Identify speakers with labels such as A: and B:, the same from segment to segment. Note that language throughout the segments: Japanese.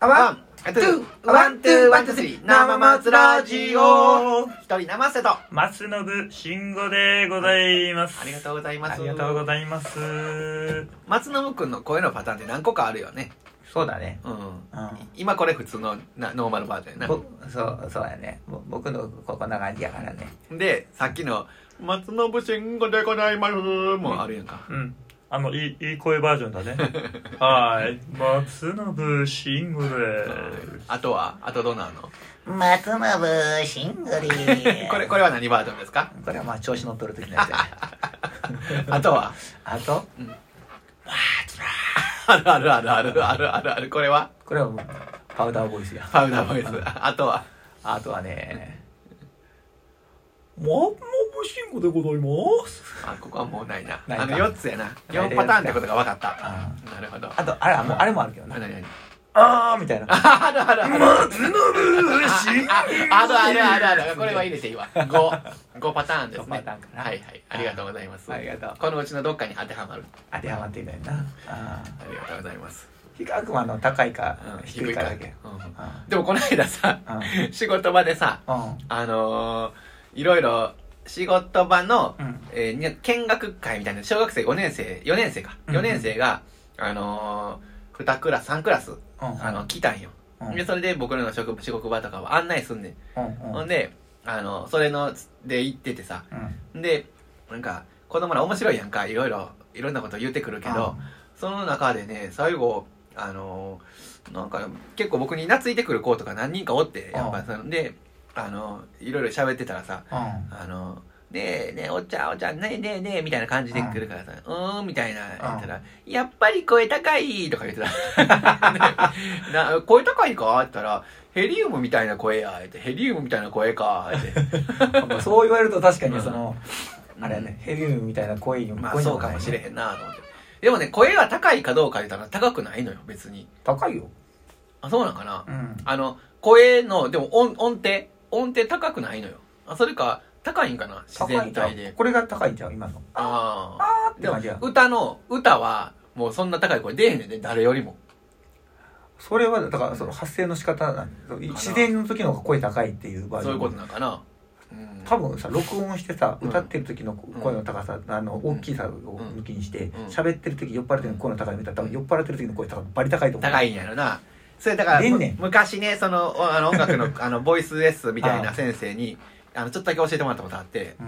A: あ
B: ワ
A: ワ
B: ン
A: ン、
B: ツ
A: ツ
B: ー
A: ー、
B: ワ
A: ワ
B: ン
A: ン、
B: ツ
A: ツ
B: ー
A: ー、
B: ワ
A: ワ
B: ン
A: ン、
B: ツース
A: ツー、ス
B: リ
A: リ
B: ー
A: ー、
B: 生
A: 生
B: 松
A: 松
B: ラ
A: ラ
B: ジ
A: ジ
B: オ
A: オ。一人生瀬と。あ
C: マスノブ慎吾でございます、
A: りがとうございます。
C: ありがとうございます
A: 松信くんの声のパターンって何個かあるよね。
B: そうだね。
A: うん。
B: うん。
A: 今これ普通のなノーマルバージョンや
B: ぼそう、そうやね。ぼ僕のここんな感じやからね。
A: な。で、さっきの、松信慎吾でございます。もあるやんか。
C: うんあのいいいい声バージョンだ ねはい松信慎吾です
A: あとは、あとどうなるの
B: 松信シ ングリー。
A: これ、これは何バージョンですか
B: これはまあ調子乗っとる時のやつ やね。
A: あとは、
B: あと、
A: あるあるあるあるあるあるある。これは、
B: これはもうパウダーボイスや。
A: パウダーボイス。あとは、
B: あとはね、
C: 松信慎吾でございます
A: あ、ここはもうないな。
B: ないか
A: あの、4つやな。4パターンってことが分かった。なるほど。
B: あと、あれ、もうあれもあるけど
A: あ
B: な。
A: 何何
B: あーみたいな。
A: あるあるある。
C: 松信慎
A: ああるあるあるある。これは入れていいわ。5。5パターンです
B: 五パ
A: ね。
B: ターンかな
A: はいはい。ありがとうございます。
B: ありがとう。
A: このうちのどっかに当てはまる。
B: 当てはまっていないな。あ
A: ありがとうございます。
B: ー比較はあの高いか
A: うん
B: 低いかだ
A: 低い
B: け。
A: かうん
B: あ
A: でもこの間さ、
B: ー
A: 仕事場でさ、
B: うん。
A: あのー、いろいろ仕事場の、
B: うん
A: えーに見学会みたいな、小学生5年生、4年生か。
B: うんうん
A: 4年生が、あのー、2クラス、3クラス、
B: うん。
A: あの、来たんよ。
B: うん、
A: で、それで僕らの職仕事場とかは案内すんねん。
B: うんう
A: ほ
B: ん
A: んで、あの、それの、で行っててさ、
B: うん
A: でなんか子供ら面白いやんかいろいろいろんなこと言ってくるけどその中でね最後あのーなんか結構僕に懐いてくる子とか何人かおってやっぱ
B: あ
A: そのであのいろいろ喋ってたらさ
B: うんうん
A: あのねえねえおっちゃんおっちゃんねえねえねえみたいな感じで来るからさ「うーん」みたいな言ったら「やっぱり声高い」とか言ってた ねな声高いか?」って言ったら「ヘリウムみたいな声や」って「ヘリウムみたいな声か」 って
B: まあそう言われると確か
A: う
B: に
A: ん
B: その、
A: うん
B: あれやねヘリウムみたいな声に
A: まあ
B: 声に
A: そうかもしれへんなと思って。でもね、声が高いかどうか言ったら高くないのよ、別に。
B: 高いよ
A: あ、そうなんかな
B: うん
A: あの、声の、でも音音程、音程高くないのよ。あ、それか、高いんかな自
B: 高い
A: 然
B: んちゃう
A: 体で。
B: これが高いんちゃう今の
A: ああ。
B: あーって
A: でも
B: 感じや、
A: 歌の、歌は、もうそんな高い声出えへんねんね、誰よりも。
B: それはだからその発声の仕方なんそう自然の時の方が声高いっていう場合
A: そういうことなんかな。うん。
B: 多分さ録音してさ
A: うん
B: 歌ってる時の声の高さ、あの大きさを抜きにして
A: ん
B: 喋、ってる時酔っ払ってる時の声の高い見たら多分酔っ払ってる時の声高いバリ高いと思う
A: 高いんやろな。それだから、
B: 出ん
A: む
B: ねん
A: 昔ね、その、おあの音楽 の、あの、ボイスレッスンみたいな先生に、あの、ちょっとだけ教えてもらったことあって、
B: うん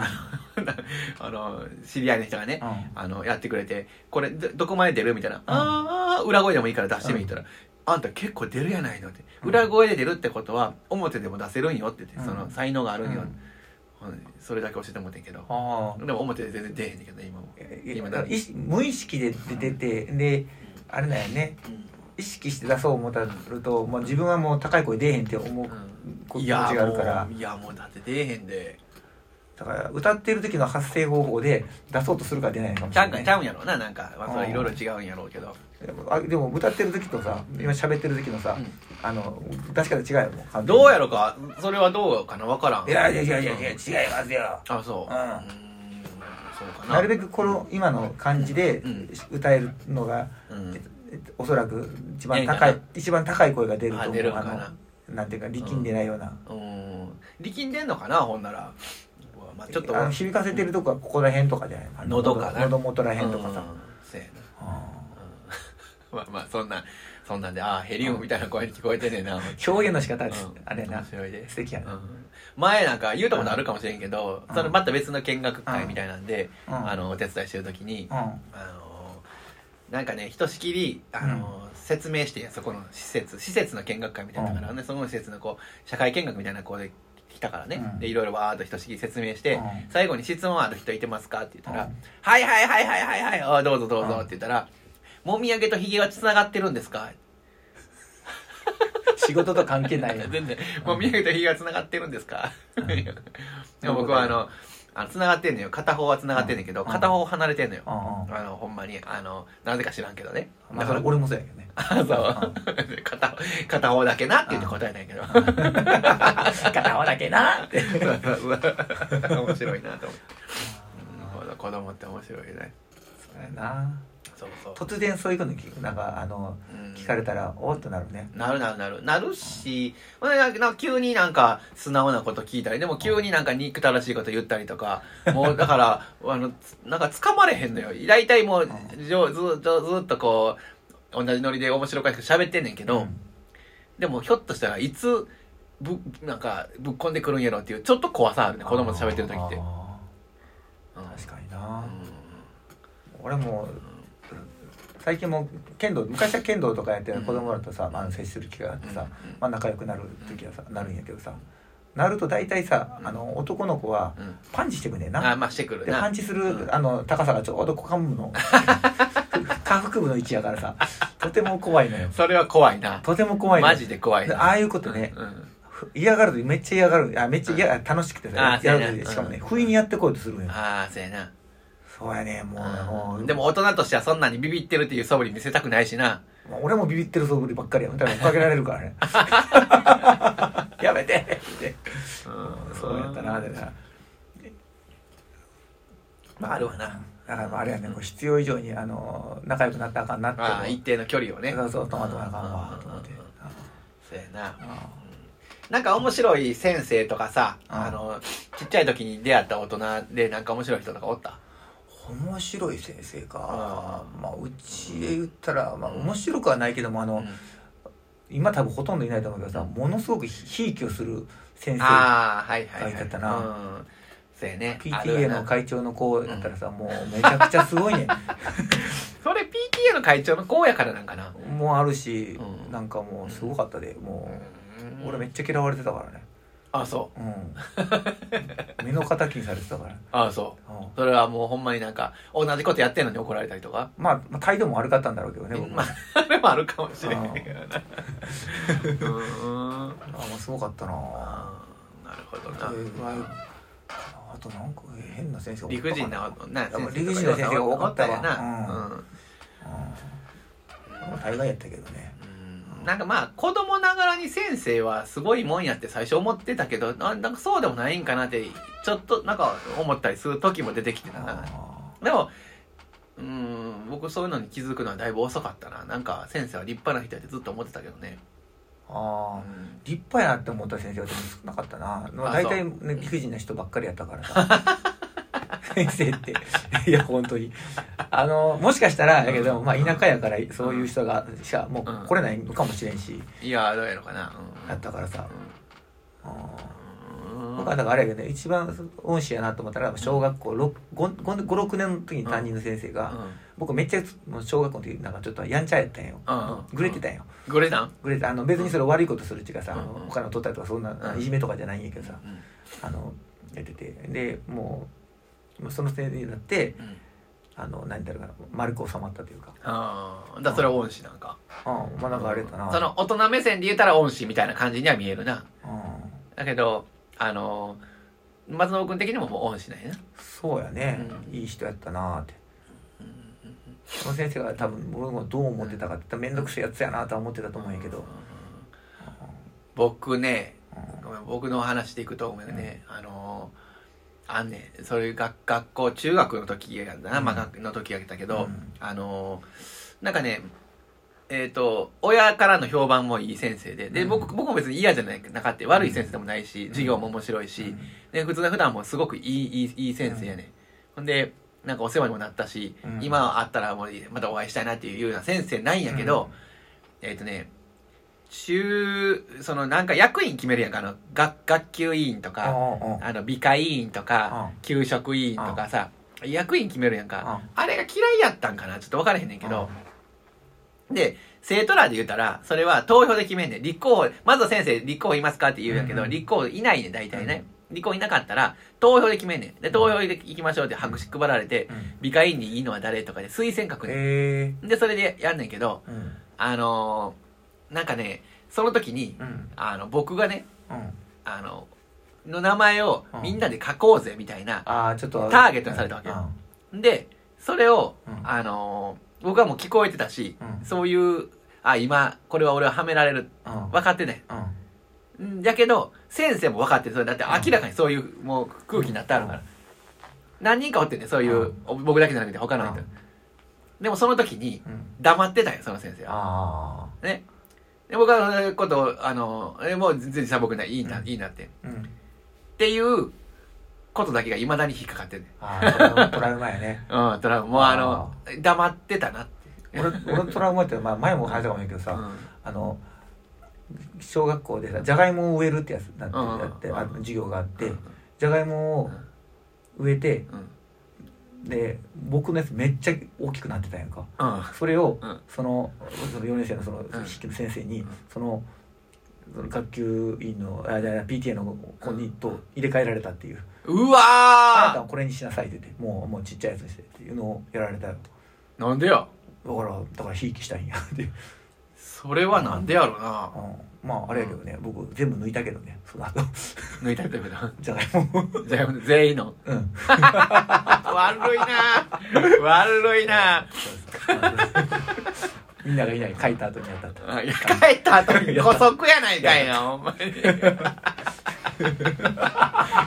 A: あの、知り合いの人がね、
B: うん
A: あの、やってくれて、これ、ど、どこまで出るみたいな。
B: うん
A: ああ、裏声でもいいから出してみたら、あんた結構出るやないのって。裏声で出るってことは、表でも出せるんよって言って、そ
B: うん
A: の、才能があるんよ。
B: うん
A: うんそれだけ教えてもらってんけど。
B: あー
A: でも表で全然出へんねんけどね、今も。今
B: だから意識無意識で出てであれだよね意識して出そう思ったらと、まあ、自分はもう高い声出えへんって思うこう
A: い
B: 気持ちが
A: や
B: あるから
A: もういや、もうだって出えへんで。
B: だから歌ってる時の発声方法で出そうとするから出ないのかもし
A: ち
B: れ
A: ゃうん
B: な
A: か、
B: い
A: ちゃうんやろうな、なんか。まあ、それいろいろ違うんやろうけど。
B: でもあでも歌ってる時とさ今喋ってる時のさ、
A: うん
B: あの出し方違うよも完全に
A: どうやろか、それはどうかな、わからん。
B: いやいやいやいやいや違いますよ
A: あ、そう。
B: うん
A: ーそうかな。
B: なるべくこの今の感じで
A: うん
B: 歌えるのが、
A: うん
B: えっとえっとおそらく一番高
A: いい
B: い
A: んか
B: 一番高い声が出ると思
A: あ
B: う
A: 出るんかな
B: のなんていうか力んでないような、
A: うん。力んでんのかな、ほんなら。うわまあ、ちょっと
B: あの、響かせてるとこはここら辺とかじゃない
A: 喉かな
B: 喉元ら辺とかさ、
A: うんせやな。
B: うん
A: まあまあ、そんな、そんなんで、あーヘリウムみたいな声に聞こえてねえな。うん
B: 表現の仕方です、あれやな
A: 面白いで
B: 素敵やな、
A: うん前なんか言うたことあるかもしれんけど、
B: うん
A: それまた別の見学会みたいなんで、
B: うん
A: あのお手伝いしてる時に、
B: うん
A: あのなんかねひとしきり、あの説明してそこの施設施設の見学会みたいなのからね、その施設のこう社会見学みたいな子で来たからね、
B: うん
A: でいろいろわーっとひとしきり説明して、
B: うん
A: 最後に「質問ある人いてますか?」って言ったら「
B: うん
A: はいはいはいはいはいはいあーどうぞどうぞ
B: う」ん
A: って言ったら「もみあげとひげはつながってるんですか?」
B: 仕事と関係ないよ
A: 全然もみあげとひげはつながってるんですか、 で
B: うん
A: も僕はあのあのつながってんのよ片方はつながってんねんけど、
B: うん
A: 片方離れてんのよ、
B: うんうん
A: あのほんまにあのなぜか知らんけどね
B: まあそれ俺もそうやけどね
A: あそう片方片方だけなって言って答えないけど
B: 片方だけな って
A: 面白いなと思ってうん子供って面白いね
B: そうやな
A: そうそう
B: 突然そういうの聞くなんかあの
A: うん
B: 聞かれたらおっとなるね
A: なるなるなるなるし、まあなんかなんか急になんか素直なこと聞いたりでも急になんか憎たらしいこと言ったりとかもうだから あのつなんかつかまれへんのよ大体もうじょずずずっとこう同じノリで面白おかしく喋ってんねんけど、でもひょっとしたらいつぶなんかぶっこんでくるんやろっていうちょっと怖さあるね子供と喋ってる時って、うん
B: あー確かにな、
A: う
B: 俺も最近も剣道昔は剣道とかやってる子供らとさ、まあ、接する機会があって
A: ん
B: さ、まあ、仲良くなる時はさなるんやけどさなると大体さあの男の子は
A: うん
B: パンチしてくんねんな、
A: あまあしてくる
B: でパ
A: な
B: ンチす
A: うん
B: るあの高さがちょうど股間部 の下腹部の位置やからさとても怖いのよ
A: それは怖いな
B: とても怖いの
A: マジで怖い
B: で
A: な
B: ああいうことね
A: うん
B: 嫌がるとめっちゃ嫌がるあめっちゃ嫌、楽しくてさ
A: あー
B: や
A: そ
B: る
A: うや
B: と
A: な
B: しかもね
A: うん
B: 不意にやってこうとするんよ
A: ああそうやな
B: そうやねもう,、もう
A: でも大人としてはそんなにビビってるっていう素振り見せたくないしな。
B: まあ俺もビビってる素振りばっかりやだから追っかけられる からねやめてってそうやったなでな
A: まああるわな。
B: だからまああれやねこう必要以上にあの仲良くなったらあかんなって
A: まあ一定の距離をね。
B: そうそうトマトなあかんわと思って
A: うんうんうんそうや
B: あ
A: な。
B: あ
A: なんか面白い先生とかさ、
B: うん
A: あの、ちっちゃい時に出会った大人でなんか面白い人とかおった
B: 面白い先生かまあうちで言ったらまあ面白くはないけどもあの、
A: うん
B: 今多分ほとんどいないと思うけどさものすごくひいきをする先生
A: ああ、はいはいはい。
B: 書いてあったな
A: うん。そうやね。ある
B: PTA
A: わな
B: の会長の子だったらさ、もうめちゃくちゃすごいね
A: それ PTA の会長の子やからなんかな。
B: もうあるし、
A: うん
B: なんかもうすごかったでもう、俺めっ
A: ち
B: ちゃ嫌われてたからね
A: ゃ。あそう。
B: うん目の敵にされてたから、
A: ああそう。
B: うん
A: それはもうほんまになんか、同じことやってんのに怒られたりとか。
B: まあ、まあ態度も悪かったんだろうけどね僕も
A: まあ、あ れもあるかもしれへんけどな。うん。
B: あもうすごかったなあ
A: あーなるほど
B: あ
A: な。
B: あとなんか変な先生がおった
A: 理
B: か
A: 不尽な、な、
B: やっぱ理不尽な先生が多かったわ
A: おな。
B: うん、大概やったけどね
A: うん。なんかまあ、子供ながらに先生はすごいもんやって最初思ってたけど、あなんかそうでもないんかなって、ちょっとなんか思ったりする時も出てきてたな。
B: あ
A: でも、うん、僕そういうのに気づくのはだいぶ遅かったな。なんか先生は立派な人やってずっと思ってたけどね。
B: あ
A: うん
B: 立派やなって思った先生はでも少なかったな、まあ、
A: あ
B: 大体、ね、理不尽な人ばっかりやったからさ先生っていや本当にあのもしかしたらやけど、まあ、田舎やからそういう人がしかもう来れないのかもしれんし
A: いや、どうやろうかな。
B: やったからさ、うん、
A: うん
B: 僕はだからあれやけどね一番恩師やなと思ったら小学校56年の時に担任の先生が、僕めっちゃもう小学校の時なんかちょっとやんちゃやったんよ、
A: うん
B: グレてたんよ、
A: グレダン
B: グレてあの別にそれ悪いことするっていうかさ、あの
A: うん
B: お金を取ったりとかそんな、
A: うん
B: いじめとかじゃないんやけどさ、あのやっててでもうもうそのせいになって
A: うん
B: あの何だろうかな丸く収まったというか
A: ああ、だからそれは恩師なんか。
B: うんまあなんかあれだな
A: その大人目線で言ったら恩師みたいな感じには見えるな。
B: うん
A: だけど、あのー、松尾君的にももう恩師なんやな。
B: そうやね、
A: うん
B: いい人やったなってその先生が多分僕もどう思ってたかって言ったら面倒くせえやつやなとは思ってたと思うんやけど、
A: 僕ね、
B: うん
A: ごめん、僕の話でいくと、ごめんね、あのー、あんねん、それが学校、中学の時やったな、
B: うん
A: まあ学の時やったけど、
B: うん
A: あのー、なんかね、えっ、と、親からの評判もいい先生で、で、
B: うん
A: 僕、僕も別に嫌じゃなくなかった、悪い先生でもないし、授業も面白いし、で普通の普段もすごくいいいいいい先生やね、ん、ほんでなんかお世話にもなったし、
B: うん
A: 今会ったらもうまたお会いしたいなっていうような先生なんやけど、えっ、とね中そのなんか役員決めるやんかあの学学級委員と
B: ああ
A: かあの美化委員とか、
B: う
A: 給食委員とかさ、役員決めるやんか、
B: あ
A: あれが嫌いやったんかなちょっと分からへんねんけど、で生徒らで言うたらそれは投票で決めんねん立候補まずは先生立候補いますかって言うんやけど、
B: うんうん
A: 立候補いないねん大体ね、立候補いなかったら投票で決めんねんで投票で行きましょうって白紙配られて
B: うん
A: 美化委員にいいのは誰とかで推薦書くね
B: え
A: んでそれでやんねんけど
B: えうん
A: あのーなんかねその時に
B: うん
A: あの僕がね
B: うん
A: あのの名前をみんなで書こうぜみたいな、
B: ああちょっと
A: ターゲットにされたわけよでそれを、
B: うん
A: あのー僕はもう聞こえてたし、
B: うん
A: そういうあ今これは俺ははめられる
B: うんうん
A: 分かってないんだけど先生も分かってるそれだって明らかにそういうもう空気になってあるから、何人かおってねそういう、
B: うん
A: お僕だけじゃなくて他の人、
B: うん
A: でもその時に
B: うん
A: 黙ってたんよ、その先生は。
B: あ
A: ね。で僕はそういうことを、あの、えもう全然サボくない、いいな、
B: うん
A: いいなって。っ
B: あうん
A: ていうことだけが未だに引っかかってんね
B: ああこれもトラウマや ね
A: うん、トラウマ。もうあの、黙ってたなって。
B: 俺俺のトラウマって、まあ、前も話したかもいいけどさ、
A: うん
B: あの小学校でさじゃがいもを植えるってやつなんて
A: うんうんうん
B: やって、あの授業があって、
A: うん
B: じゃがいもを植えて
A: うん。
B: で僕のやつめっちゃ大きくなってたやんか
A: うん。
B: それを、
A: うん
B: そのその4年生のその
A: ん
B: 筆記の先生に、
A: うん
B: そのその学級委員のあじゃあ PTA の子にと入れ替えられたっていう
A: う
B: 「あなた
A: わ
B: はこれにしなさい」って言ってもうもうちっちゃいやつにしてっていうのをやられたよ
A: ーなんでや
B: だからだからひいきしたいんやっていう、
A: それはなんでやろうな
B: うん、まああれやけどね僕全部抜いたけどねその後
A: 抜いたりとか
B: じゃがいもを
A: じゃあ全員の
B: うん
A: 悪いな悪いな
B: みん ながいない書いた後にやったと
A: あいや帰った後に古速やないかいなお前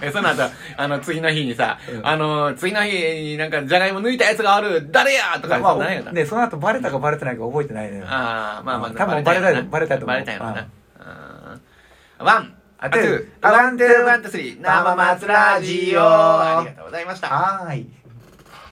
A: えその後あの次の日にさ、
B: うん
A: あの次の日になんかじゃがいも抜いたやつがある誰やとか
B: ま
A: そんなんやな
B: あ、ね、その後バレたかバレてないか覚えてないのよ
A: ああまあまあ
B: 多分バレたよ
A: な
B: バレたと思う
A: バレたよなうんワン
B: あ
A: ツー
B: ワンツー
A: ワンツーワンツースリー生松ラジオありがとうございました
B: はーい